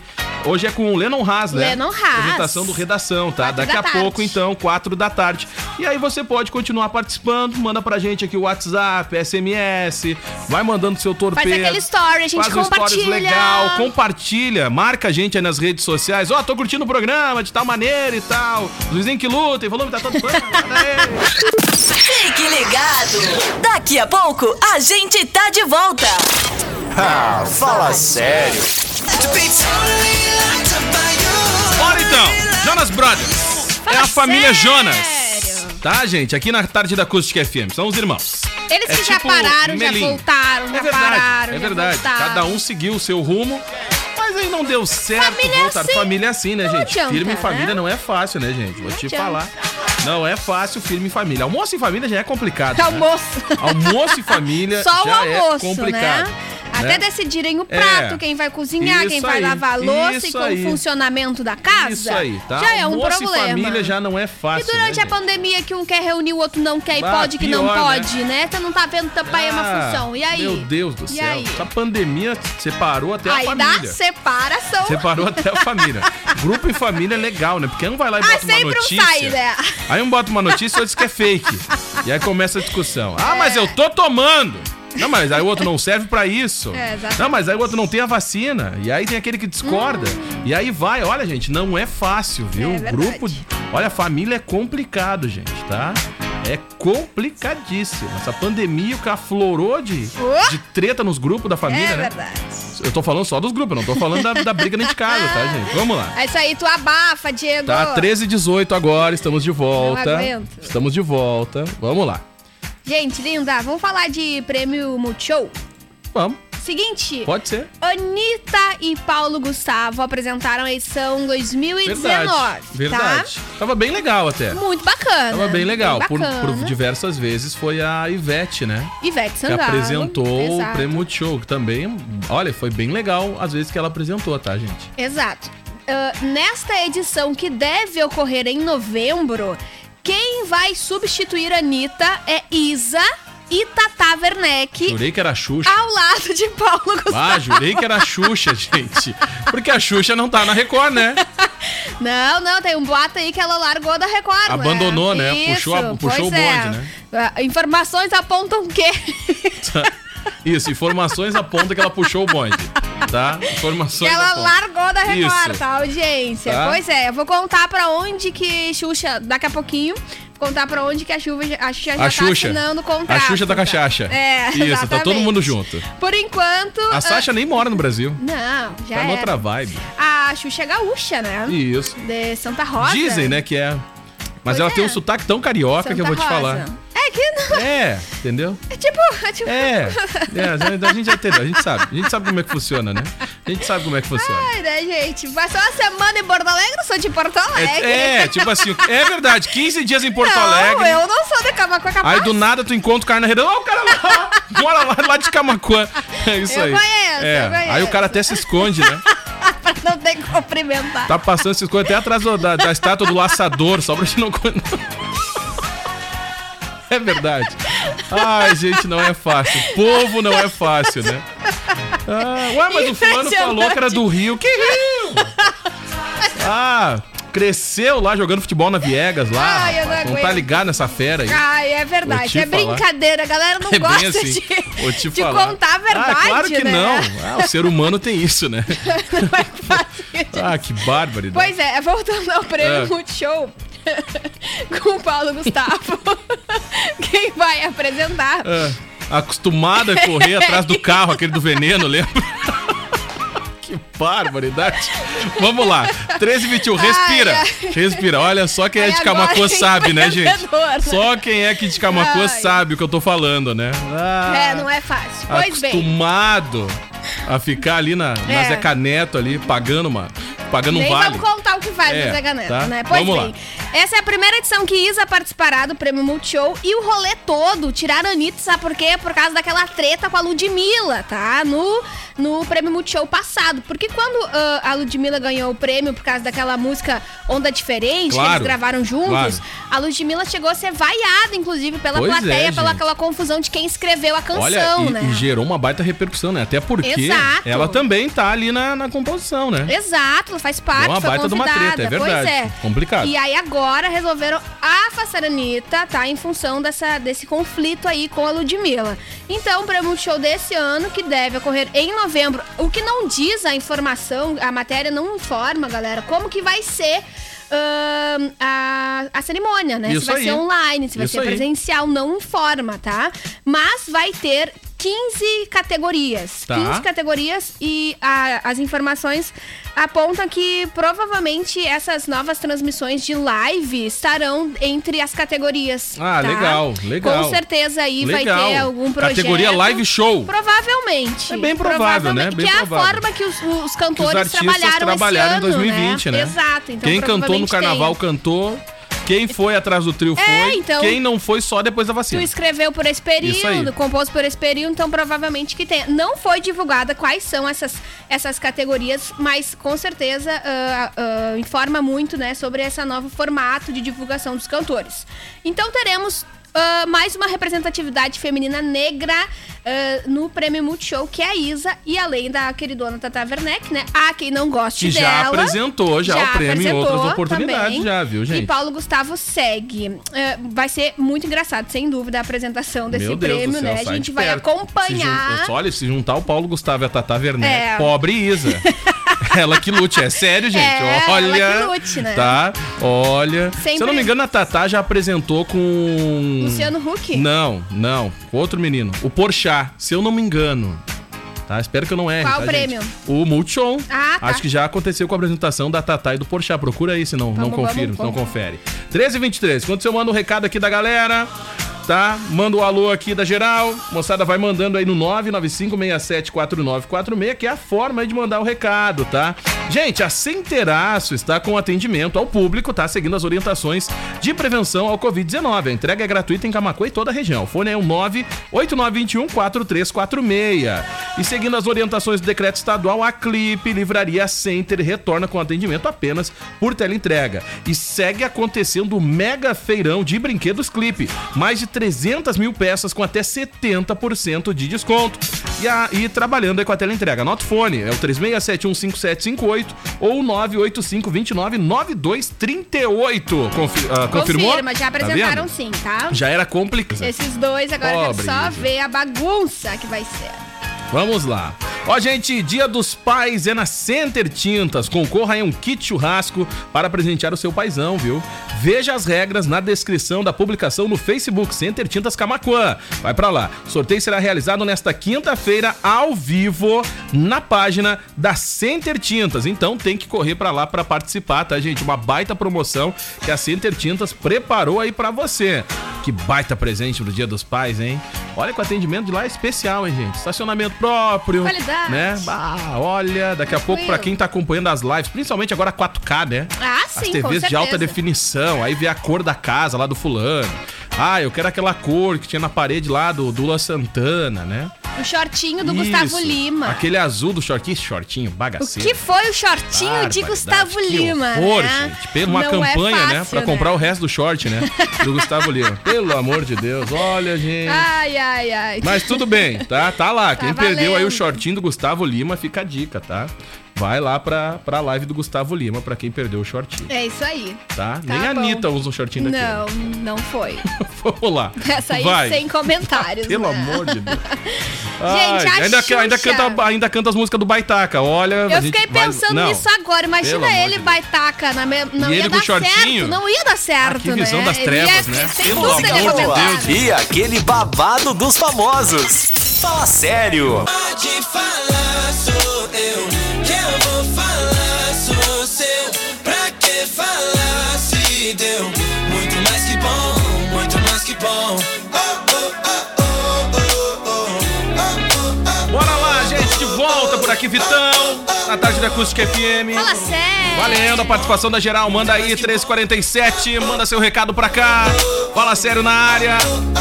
Hoje é com o Lennon Haas, né?
Lennon Haas.
Apresentação do Redação, tá?
Quatro
Daqui
da
a
tarde.
pouco, então, quatro da tarde. E aí você pode continuar participando. Manda pra gente aqui o WhatsApp, SMS. Vai mandando seu torpedo.
aquele story, a gente
Faz um stories
compartilha.
legal, compartilha, marca a gente aí nas redes sociais. Ó, tô curtindo o programa de tal maneira e tal. Luizinho que luta, e volume tá todo fã.
Fique ligado. Daqui a pouco a gente tá de volta.
Ah, fala sério.
Bora então, Jonas Brothers. é a
Fala
família
sério.
Jonas. Tá, gente? Aqui na tarde da Acústica FM. São os irmãos.
Eles
É
que já
tipo
pararam,
Melim.
já voltaram, já
É verdade,
pararam,
é
já
verdade.
voltaram.
Cada um seguiu o seu rumo. Mas aí não deu certo
Família é assim.
Família é assim, né,
Não
gente?
adianta,
firme em
né?
família não é fácil, né, gente? Vou
Não
te
adianta.
falar. Não é fácil firme em família. Almoço em família já é complicado. né?
Almoço.
Almoço em família
Só o
já é
almoço,
complicado.
né?
né?
Até decidirem o
É.
prato, quem vai cozinhar, quem
Isso
vai
aí,
lavar a louça e
isso
como
aí.
o funcionamento da casa.
Isso aí, tá?
Já é um
Almoço
problema.
em família já não é fácil.
E durante
né,
a pandemia que um quer reunir, o outro não quer e
Bah,
pode que não
pior, né?
pode, né? Você não tá vendo tampar é uma
Ah,
função. E aí?
Meu Deus do
E
céu.
aí?
Essa pandemia separou até a
Aí
família.
dá separação.
Separou até a família. Grupo e família é legal, né? Porque um vai lá e
Ah,
bota uma
sempre um
notícia.
sai, né?
Aí um bota uma notícia e outro diz que é fake. E aí começa a discussão. Ah, mas eu tô tomando! Não, mas aí o outro não serve pra isso.
É, exatamente.
não, mas aí o outro não tem a vacina. E aí tem aquele que discorda. E aí vai, olha, gente, não é fácil, viu?
Hum. É
o
verdade.
grupo. Olha, a família é complicado, gente, tá? É complicadíssimo. Essa pandemia que aflorou de,
Oh!
de treta nos grupos da família,
é
né?
verdade.
Eu tô falando só dos grupos, não tô falando da, da briga dentro de casa, tá, gente? Vamos lá.
É isso aí, tu abafa, Diego.
Tá 13 e 18 agora, estamos de volta.
aguento.
Estamos de volta. Vamos lá.
Gente, linda, vamos falar de prêmio Multishow?
Vamos,
Seguinte,
pode ser.
Anitta e Paulo Gustavo apresentaram a edição 2019,
Verdade. Verdade. Tava bem legal até.
tá? Muito tá? bacana.
Tava bem legal. Por, um
bacana.
por diversas vezes foi a Ivete, né?
Ivete
Que
Sangalo.
apresentou o
Exato.
prêmio Multishow. que Também, olha, foi bem legal as vezes que ela apresentou, tá, gente?
Exato. Ah, nesta edição que deve ocorrer em novembro, quem vai substituir a Anitta é Isa e Tata Werneck,
Jurei que era a Xuxa.
ao lado de Paulo Gustavo.
Ah, jurei que era a Xuxa, gente. Porque a Xuxa não tá na Record, né?
Não, não, tem um boato aí que ela largou da Record. não é?
Abandonou, né?
Isso,
Puxou a- puxou o
pois é.
bonde, né?
Ah, Informações apontam que.
Tá. Isso, informações apontam que ela puxou o bonde, tá? Informações
ela
apontam.
largou da Record,
Isso.
tá? Audiência.
Tá.
Pois é, eu vou contar pra onde que Xuxa, daqui a pouquinho, vou contar pra onde que a, chuva, já- a Xuxa já
A
tá
Xuxa.
assinando
A
o contrato.
Xuxa da
tá?
Cachacha.
É,
Isso, tá todo
exatamente.
mundo junto.
Por enquanto.
A
ah,
Sasha nem mora no Brasil.
Não, já
tá
é.
noutra vibe.
A Xuxa é gaúcha, né?
Isso.
De Santa Rosa.
Dizem, né, que é. Mas
Pois
ela
é.
tem um sotaque tão carioca
Santa
que eu vou te
Rosa.
falar.
É que não.
É, entendeu?
É tipo. É tipo
É. é, a gente já entendeu, a gente sabe. A gente sabe como é que funciona, né? A gente sabe como é que funciona.
Ai, né, gente? Passou uma semana em Porto Alegre, eu sou de Porto Alegre.
É, é, tipo assim, é verdade, 15 dias em Porto
não,
Alegre.
eu não sou de Camacuã capaz.
Aí do nada tu encontra o cara na rede. Ó, o cara lá! Mora lá, lá de Camacuã. É isso
Eu
aí.
conheço,
é.
eu conheço.
Aí o cara até se esconde, né?
Pra não ter que cumprimentar.
Tá passando, se esconde até atrás do- da, da estátua do laçador, só pra gente não. con- É verdade. Ai, gente, não é fácil. Povo não é fácil, né? Ah, ué, mas o fulano
Impressionante.
falou que era do Rio. Que Rio? Ah, cresceu lá jogando futebol na Viegas lá.
Ai, eu não
rapaz. não tá
aguento.
ligado nessa fera aí.
Ai, é
Vou
verdade.
te
É
falar.
brincadeira. A galera não
É bem
gosta
assim. Vou
de,
te
de
falar.
contar a verdade,
Ah, claro que
né?
não. Ah, o ser humano tem isso, né?
Não é fácil de
Ah, que bárbaro.
Pois é, voltando ao prêmio
É.
Multishow com o Paulo Gustavo, quem vai apresentar
Ah, Acostumada a correr atrás do carro, aquele do veneno, lembra? que barbaridade. Vamos lá. 13 e 21, respira.
Ai,
Respira. Olha, só quem é
Ai,
de
agora
Camacuã
tem
sabe, né, gente?
empreendedor, né?
Só quem é que de Camacuã
Ai.
sabe o que eu tô falando, né? Ah,
É, não é fácil. Pois bem.
acostumado a ficar ali na, na
É.
Zeca Neto ali, pagando uma, pagando
Nem
um vale.
vamos contar o que vale
É,
é, Zé Ganeto,
tá?
né? Pois
Vamos
bem.
lá.
Essa é a primeira edição que Isa participará do Prêmio Multishow e o rolê todo tiraram a Anitta, sabe por quê? Por causa daquela treta com a Ludmilla, tá? No, no Prêmio Multishow passado. Porque quando ah, a Ludmilla ganhou o prêmio por causa daquela música Onda Diferente, que
Claro,
eles gravaram juntos,
claro.
a Ludmilla chegou a ser vaiada, inclusive, pela
Pois é,
plateia, pela
gente.
aquela confusão de quem escreveu a canção,
Olha, e,
né?
e gerou uma baita repercussão, né? Até porque
Exato.
ela também tá ali na, na composição, né?
Exato, ela faz parte,
Deu uma
foi
baita de uma
convidada.
treta, é verdade.
Pois é.
Complicado.
E aí agora resolveram afastar a Anitta, tá? Em função dessa, desse conflito aí com a Ludmilla. Então, para o show desse ano, que deve ocorrer em novembro, o que não diz a informação, a matéria não informa, galera, como que vai ser ahn, a, a cerimônia, né?
Isso
se vai
aí.
ser online, se vai
Isso
ser
aí.
presencial, não informa, tá? Mas vai ter 15 categorias.
Tá.
15 categorias e a- as informações apontam que provavelmente essas novas transmissões de live estarão entre as categorias.
Ah,
tá?
legal, legal.
Com certeza aí
Legal.
vai ter algum projeto.
Categoria live show.
Provavelmente.
É bem provável, né?
Provavelmente,
Bem
que é a
provável.
forma que os, os cantores
artistas
trabalharam,
trabalharam em
esse ano,
2020, né?
Exato. Então
quem cantou no
provavelmente
carnaval
tem. né?
cantou, quem foi atrás do trio foi,
então-
quem não foi só depois da
Tu
vacina.
escreveu por esse
Isso aí.
período, compôs por esse período, então provavelmente que tem. Não foi divulgada quais são essas, essas categorias, mas com certeza ah, ah, informa muito, né, sobre esse novo formato de divulgação dos cantores. Então teremos ah, mais uma representatividade feminina negra ah, no Prêmio Multishow, que é a Isa, e além da queridona Tata Werneck, né? Há quem não goste
Que já
dela.
apresentou já, o prêmio em
apresentou
outras oportunidades,
também.
já, viu, gente?
E Paulo Gustavo segue. É, vai ser muito engraçado, sem dúvida, a apresentação Então, desse
Meu Deus
prêmio,
do céu,
né? A
sai
gente
de
vai
perto. Se
acompanhar.
jun- Olha, se juntar o Paulo Gustavo e a Tata Werneck,
É.
pobre Isa. ela que lute, é sério, gente.
É, ela
olha.
que lute, né?
Tá? Olha. Se eu não
Sempre-
me engano, a Tata já apresentou com.
Luciano Huck?
Não, não. Outro menino. O Porchat, se eu não me engano. Tá? Espero que eu não erre.
Qual
tá,
o prêmio?
gente? O Multishow.
Ah, tá.
Acho que já aconteceu com a apresentação da Tatá e do Porchat. Procura aí, se não, não
Vamos, vamos,
confirma, se não
vamos.
confere. 13 e 23. Quando você manda um recado aqui da galera, tá? Manda o alô aqui da geral. Moçada, vai mandando aí no 995674946, que é a forma aí de mandar o recado, tá? Gente, a Centeraço está com atendimento ao público, tá? Seguindo as orientações de prevenção ao Covid-19. A entrega é gratuita em Camacuã e toda a região. O fone é o 98921-4346. E seguindo as orientações do decreto estadual, a Clipe Livraria Center retorna com atendimento apenas por teleentrega. E segue acontecendo o mega feirão de brinquedos Clipe. Mais de 300 mil peças com até 70% de desconto. E, a, e trabalhando aí com a teleentrega. Anota o fone, é o 36715758 ou 985299238. Confi ah, confirmou?
Confirma, já
Tá vendo?
apresentaram sim, tá?
Já era complicado.
Esses dois agora eu
Pobre
quero só
Isa.
ver a bagunça que vai ser.
Vamos lá. Ó, gente, Dia dos Pais é na Center Tintas. Concorra em um kit churrasco para presentear o seu paizão, viu? Veja as regras na descrição da publicação no Facebook Center Tintas Camacuã. Vai pra lá. O sorteio será realizado nesta quinta-feira ao vivo na página da Center Tintas. Então tem que correr pra lá pra participar, tá, gente? Uma baita promoção que a Center Tintas preparou aí pra você. Que baita presente pro Dia dos Pais, hein? Olha que o atendimento de lá é especial, hein, gente? Estacionamento próprio.
Qualidade.
Né? Ah, olha, daqui a pouco, pra quem tá acompanhando as lives, principalmente agora 4K, né?
Ah,
As
sim, com
TVs de alta
certeza.
definição, aí vê a cor da casa lá do fulano. Ah, eu quero aquela cor que tinha na parede lá do, do Lula Santana, né?
O shortinho do Gustavo
Isso.
Lima.
Aquele azul do short, que shortinho
O
bagaceiro.
que foi o shortinho de
Barbaridade,
Gustavo
que
Lima?
horror,
né?
gente. Pela uma
Não é
campanha, né?
fácil,
Pra comprar o resto do short, né? Do Gustavo Lima. Pelo amor de Deus. Olha, gente.
Ai, ai, ai.
Mas tudo bem, tá? Tá lá. Quem perdeu aí o
valendo.
shortinho do Gustavo Lima, fica a dica, tá? Vai lá pra, pra live do Gustavo Lima, pra quem perdeu o shortinho,
É isso aí.
tá?
Tá
Nem a
bom.
Anitta usa um shortinho daquele.
Não, não foi.
Vamos lá.
Essa aí
Vai.
sem comentários.
Pelo
né?
amor de Deus.
Gente,
Ai,
a
ainda,
Xuxa-
ainda, canta, ainda canta as músicas do Baitaca, olha. a
Eu
gente
fiquei
vai-
pensando
Não.
nisso agora.
Pelo
Imagina
amor de
ele
Deus.
baitaca. na me- Não
E ele
ia
com
dar
shortinho?
certo. Não ia dar certo.
Ah, que visão
né?
das
Ele
trevas,
ia-
né?
Sem
Pelo
dúvida,
amor de
ele ia
Deus,
rolar.
E aquele babado dos famosos. Fala sério.
Pode falar, sou eu. Que eu vou falar, sou seu. Pra que falar se deu? Muito mais que bom, muito mais que bom. Oh, oh, oh, oh, oh, oh, oh, oh, oh.
Bora lá, gente, de volta por aqui, Vitão. Na tarde da Acústica FM.
Fala sério.
Valendo a participação da geral, manda aí 347, manda seu recado pra cá. Fala sério na área.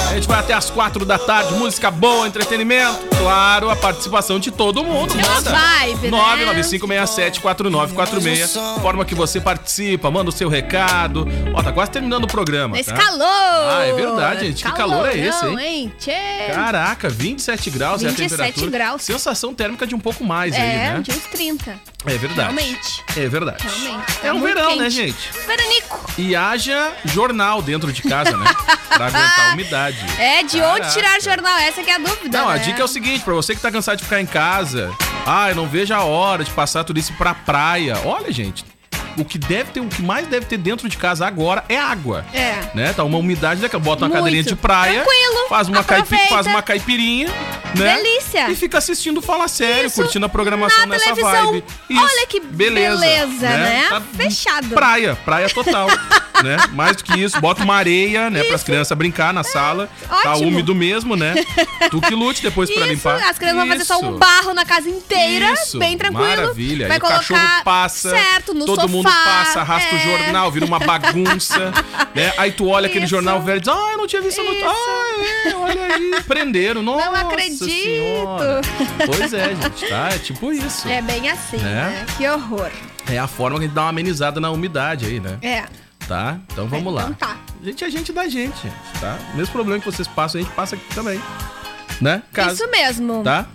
A gente vai até as 4 da tarde, música boa, entretenimento. Claro, a participação de todo mundo.
Aquela
Manda.
vibe, né?
995674946. Forma que você participa, manda o seu recado. Ó, tá quase terminando o programa.
Nesse
tá?
calor.
Ah, é verdade, gente. Que calor é esse,
Calorão,
hein?
Tchê.
Caraca, 27 graus é a
27
temperatura.
graus.
Sensação térmica de um pouco mais aí,
é,
né?
de uns 30.
É verdade.
Realmente.
É verdade.
Realmente. Tá
É um
muito
verão, né,
quente.
gente?
Veranico.
E haja jornal dentro de casa, né? pra aguentar a umidade.
É, de
Caraca.
onde tirar jornal? Essa que é a dúvida.
Ah, tá. Não, a
né?
dica é o seguinte, pra você que tá cansado de ficar em casa, ai, não vejo a hora de passar tudo isso pra praia. Olha, gente, o que deve ter, o que mais deve ter dentro de casa agora é água.
É.
Né? Tá uma umidade daquela, bota uma
Muito.
cadeirinha de praia,
Tranquilo.
faz uma caipi,
Aproveita.
faz uma caipirinha, né?
Delícia.
E fica assistindo Fala Sério,
Isso,
curtindo a programação
na
nessa
televisão.
vibe.
Olha que beleza, né?
Tá
Fechado.
Praia, praia total. né? Mais do que isso, bota uma areia, né, para as crianças brincar na sala. Tá
É, ótimo.
úmido mesmo, né? Tu que lute depois pra
Isso,
limpar.
as crianças vão fazer só um
Isso.
barro na casa inteira,
Isso,
bem tranquilo.
Maravilha.
Vai
Aí
colocar
o cachorro passa,
certo no
todo
sofá.
mundo passa, raspa o
é.
jornal, vira uma bagunça. né? Aí tu olha aquele
Isso.
jornal velho e diz: Ah, eu não tinha visto no.
Isso.
Ah, é, olha aí. Prenderam, nossa.
acredito.
Senhora. Pois é, gente, tá? É tipo isso.
É bem assim,
Né?
né? Que horror.
É a forma que a gente dá uma amenizada na umidade aí, né?
É.
Tá? Então vamos lá.
Então tá.
Gente, é gente da gente, gente, tá? Mesmo problema que vocês passam, a gente passa aqui também. Né? Casa.
Isso mesmo.
Tá?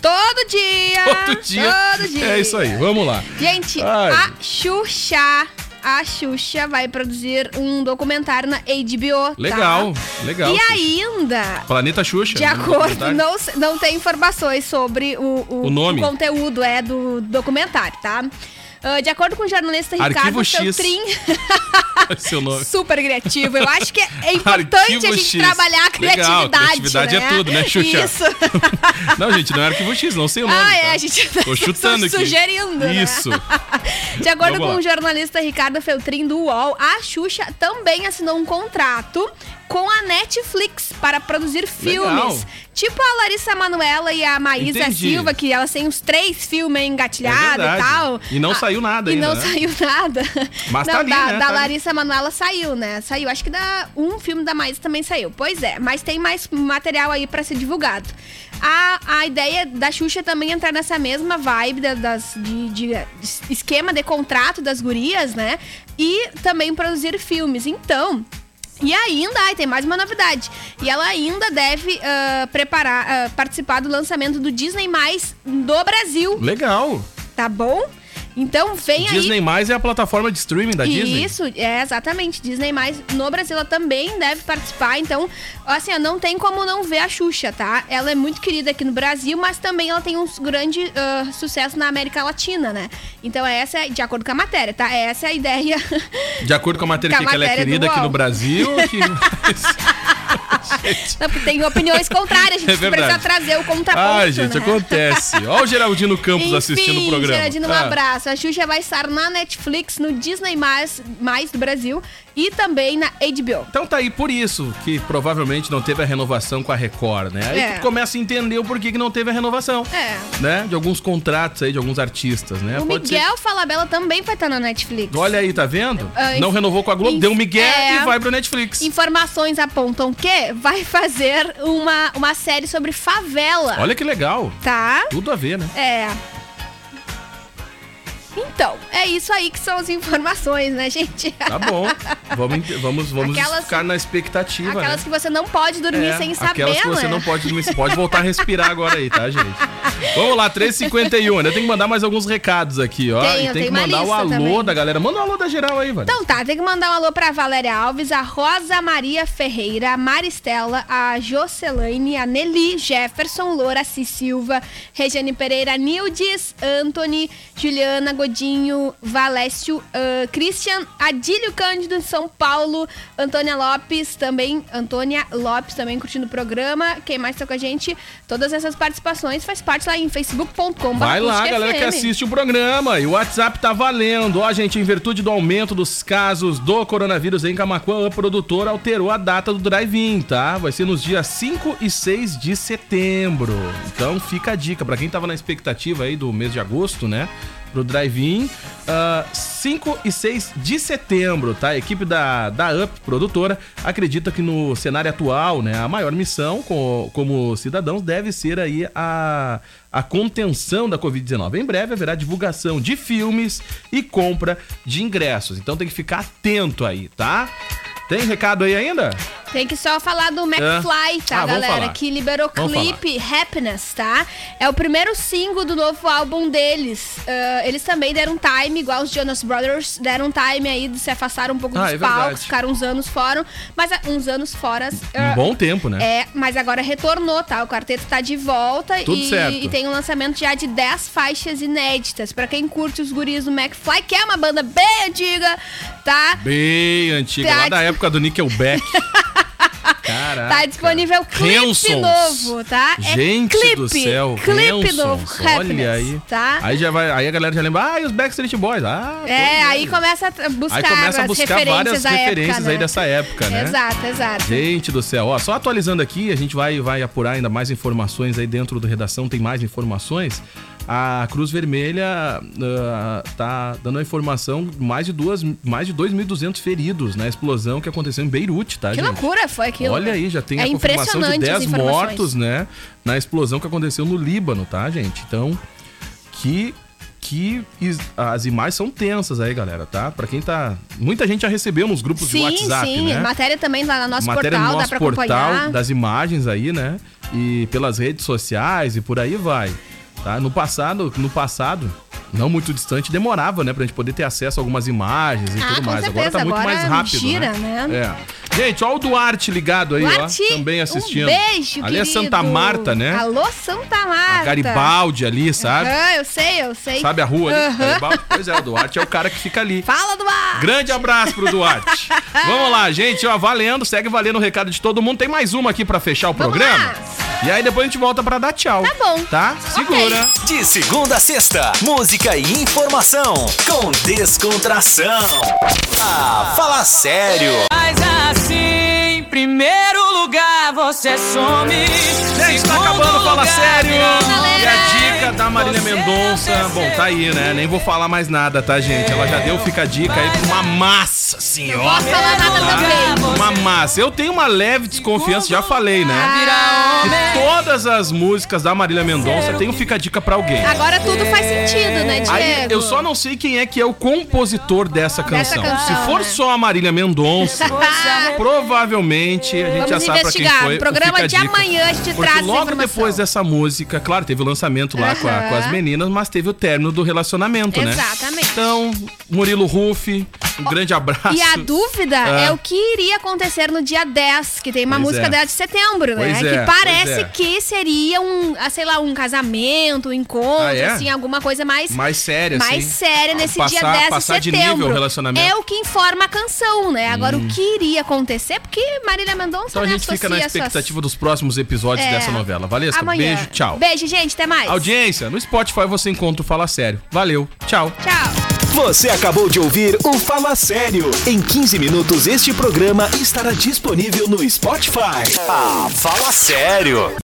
Todo dia.
Todo dia.
Todo dia. Tá.
É isso aí, vamos lá.
Gente,
Ai.
a Xuxa. A Xuxa vai produzir um documentário na HBO. tá?
Legal, legal.
E
Xuxa.
ainda,
Planeta Xuxa.
de
né?
acordo,
Documentário.
não, se- não tem informações sobre o, o,
O nome.
o conteúdo é do documentário, tá? Ah, de acordo com o jornalista
Arquivo
Ricardo
X.
Feltrin,
Seu nome.
super criativo. Eu acho que é importante a
Arquivo
gente
X.
trabalhar a
Legal,
criatividade.
criatividade é tudo, né, Xuxa?
Isso.
Não, gente, não é Arquivo X, não sei o nome.
Ah, é,
tá?
a gente
Tô chutando aqui.
sugerindo, né?
Isso.
De acordo
Vamos
com
lá.
o jornalista Ricardo Feltrin do UOL, a Xuxa também assinou um contrato com a Netflix para produzir
Legal.
filmes. Tipo a Larissa Manuela e a Maísa
Entendi.
Silva, que elas têm uns três filmes
É
engatilhados e
verdade.
tal.
E não
Ah,
saiu nada
e
ainda,
não
né?
saiu nada.
Mas tá
Não,
ali,
da,
né?
da
Tá ali.
Larissa Manoela saiu, né? Saiu. Acho que da um filme da Maísa também saiu. Pois é, mas tem mais material aí pra ser divulgado. A, a ideia da Xuxa é também entrar nessa mesma vibe da- das, de, de esquema de contrato das gurias, né? E também produzir filmes. Então. E ainda, ai, tem mais uma novidade. E ela ainda deve ah, preparar, ah, participar do lançamento do Disney Mais do Brasil,
Legal.
tá bom? Então vem aí.
Disney Mais é a plataforma de streaming da Disney.
Isso, é exatamente. Disney mais no Brasil ela também deve participar. Então, assim, ó, não tem como não ver a Xuxa, tá? Ela é muito querida aqui no Brasil, mas também ela tem um grande ah, sucesso na América Latina, né? Então essa é de acordo com a matéria, tá? Essa é a ideia.
De acordo com a matéria
Com
que,
a
ela é
matéria do
querida aqui
UOL.
no Brasil. Que...
Não, porque tem opiniões contrárias, a gente
É verdade.
precisa trazer o contraponto.
Ai, gente, é
né?
acontece. Ó o Geraldino Campos assistindo o programa.
Geraldino, um
Tá.
abraço. A Xuxa vai estar na Netflix, no Disney+, mais, mais do Brasil e também na HBO.
Então tá aí por isso que provavelmente não teve a renovação com a Record, né? Aí
É.
tu começa a entender o porquê que não teve a renovação.
É.
Né? De alguns contratos aí, de alguns artistas, né?
o Miguel Falabella também vai estar na Netflix.
Olha aí, tá vendo?
Ah,
não
inf-
renovou com a Globo,
inf-
deu um migué
é.
e vai pro Netflix.
Informações apontam que vai fazer uma, uma série sobre favela,
Olha que legal.
tá?
Tudo a ver, né?
É. Então, é isso aí que são as informações, né, gente?
Tá bom. Vamos, ent- vamos, vamos
Aquelas-
ficar na expectativa,
Aquelas
né?
que você não pode dormir
É,
sem saber,
aquelas que você
né?
não pode dormir. Você pode voltar a respirar agora aí, tá, gente? Vamos lá, 351. Ainda tem que mandar mais alguns recados aqui, ó.
Tenho,
e tem
tem
que
uma
mandar o
lista
alô
também.
da galera. Manda o alô da geral aí, velho.
Então tá, tem que mandar um alô pra Valéria Alves, a Rosa Maria Ferreira, a Maristela, a Jocelaine, a Nelly, Jefferson Loura, Cis Silva, Regiane Pereira, Nildes, Anthony, Juliana Godinho, Valécio, ah, Christian, Adílio Cândido de São Paulo, Antônia Lopes também, Antônia Lopes também curtindo o programa. Quem mais tá com a gente? Todas essas participações faz parte lá em facebook.com.
Vai lá, galera que assiste o programa. E o WhatsApp tá valendo. Ó, gente, em virtude do aumento dos casos do coronavírus em Camacuã, a produtora alterou a data do drive-in, tá? Vai ser nos dias 5 e 6 de setembro. Então fica a dica. Pra quem tava na expectativa aí do mês de agosto, né? Pro drive-in, ah, 5 e 6 de setembro, tá? A equipe da, da UP, produtora, acredita que no cenário atual, né, a maior missão co- como cidadãos deve ser aí a a contenção da Covid-19. Em breve haverá divulgação de filmes e compra de ingressos. Então tem que ficar atento aí, tá? Tem recado aí ainda?
Tem que só falar do McFly, tá,
Ah, vamos
galera?
falar.
Que liberou o
Vamos
clipe Happiness, tá? É o primeiro single do novo álbum deles. Ah, eles também deram time, igual os Jonas Brothers, deram time aí de se afastar um pouco
Ah,
dos
é verdade.
palcos, ficaram uns anos fora, mas ah, uns anos fora.
Um
ah,
bom tempo, né?
é, mas agora retornou, tá? O quarteto tá de volta
Tudo
e,
certo.
e tem um lançamento já de 10 faixas inéditas. Pra quem curte os guris do McFly, que é uma banda bem antiga, tá?
Bem antiga, lá da época do Nickelback. Caraca.
Tá disponível clipe
Hansons.
novo, tá?
Gente do céu,
clipe
Hansons,
novo,
olha
Happiness,
aí.
tá?
Aí já vai, aí a galera já lembra, ah, e os Backstreet Boys, ah.
é,
pois
aí começa a buscar,
Aí começa a
as
buscar várias
referências da
referências
época,
aí
né?
dessa época, né?
Exato, exato.
Gente do céu, ó, só atualizando aqui, a gente vai, vai apurar ainda mais informações aí dentro do redação, tem mais informações. A Cruz Vermelha ah, tá dando a informação mais de duas, mais de 2.200 feridos na explosão que aconteceu em Beirute, tá,
Que
gente?
loucura foi aquilo.
Olha aí, já tem
é
a confirmação de
impressionante as
10
informações.
mortos, né? Na explosão que aconteceu no Líbano, tá, gente? Então, que. Que is- as imagens são tensas aí, galera, tá? Pra quem tá. Muita gente já recebeu nos grupos de
Sim,
WhatsApp,
sim.
né?
Matéria também lá no nosso
matéria
portal,
no
dá
nosso
pra
portal
acompanhar.
das imagens aí, né? E pelas redes sociais e por aí vai. Tá? No passado, no passado, não muito distante, demorava, né? Pra gente poder ter acesso a algumas imagens e
Ah,
tudo
com
mais. Agora
certeza,
tá muito
agora
mais rápido.
gira,
né?
né?
É. Gente, ó o Duarte ligado aí,
Duarte,
ó. Também assistindo.
Um beijo,
Ali é
querido.
Santa Marta, né?
Alô, Santa Marta.
A Garibaldi ali, sabe?
Aham, eu sei, eu sei.
Sabe a rua ali?
Aham.
Garibaldi? Pois é, o Duarte é o cara que fica ali.
Fala do ar.
Grande abraço pro Duarte. Vamos lá, gente, ó, valendo, segue valendo o recado de todo mundo. Tem mais uma aqui pra fechar o
Vamos
programa.
lá.
E aí depois a gente volta pra dar tchau.
Tá bom.
Tá? Segura.
De segunda a sexta, música e informação com descontração. Ah, fala sério.
Mas assim, em primeiro lugar, você some.
Gente, tá acabando, fala sério. E a dica da Marília
Você
é
Mendonça.
percebeu.
Bom, tá aí, né? Nem vou falar mais nada, tá, gente? Ela já deu fica a dica aí pra uma massa, assim, ó.
Posso falar nada também.
Uma massa. Eu tenho uma leve desconfiança, já falei, né?
Virar
Que
homem.
todas as músicas da Marília Mendonça tem um fica a dica pra alguém.
Agora tudo faz sentido, né, Diego?
Aí, eu só não sei quem é que é o compositor dessa canção.
canção,
Se for
né?
só a Marília Mendonça, provavelmente a gente
Vamos
já sabe pra quem
investigar.
foi.
No programa
Fica a
de
dica.
amanhã a gente
Porque
traz essa
logo
informação.
depois é dessa música, claro, teve o lançamento lá com, a-
Aham.
com as meninas, mas teve o término do relacionamento, né?
Exatamente.
Então, Murilo Rufi, um grande abraço.
E a dúvida
Ah.
é o que iria acontecer no dia 10, que tem uma
Pois
música
é.
dela de setembro, né?
Pois é,
que
pois
parece
é.
que seria um, ah, sei lá, um casamento, um encontro,
Ah, é?
assim, alguma coisa mais.
Mais séria,
mais
assim.
séria nesse dia
Passar-
10
passar
de
de
setembro.
nível o relacionamento. Hum.
É o que informa a canção, né? Agora, o que iria acontecer? Porque Marília Mendonça
Então a
né,
gente fica na
associa suas-
expectativa dos próximos episódios
É.
dessa novela. Valesca, um
Amanhã.
beijo, tchau.
Beijo, gente, até mais.
Audiência, no Spotify você encontra o Fala Sério. Valeu, tchau.
Tchau.
Você acabou de ouvir o Fala Sério. Em 15 minutos, este programa estará disponível no Spotify. Ah, fala sério.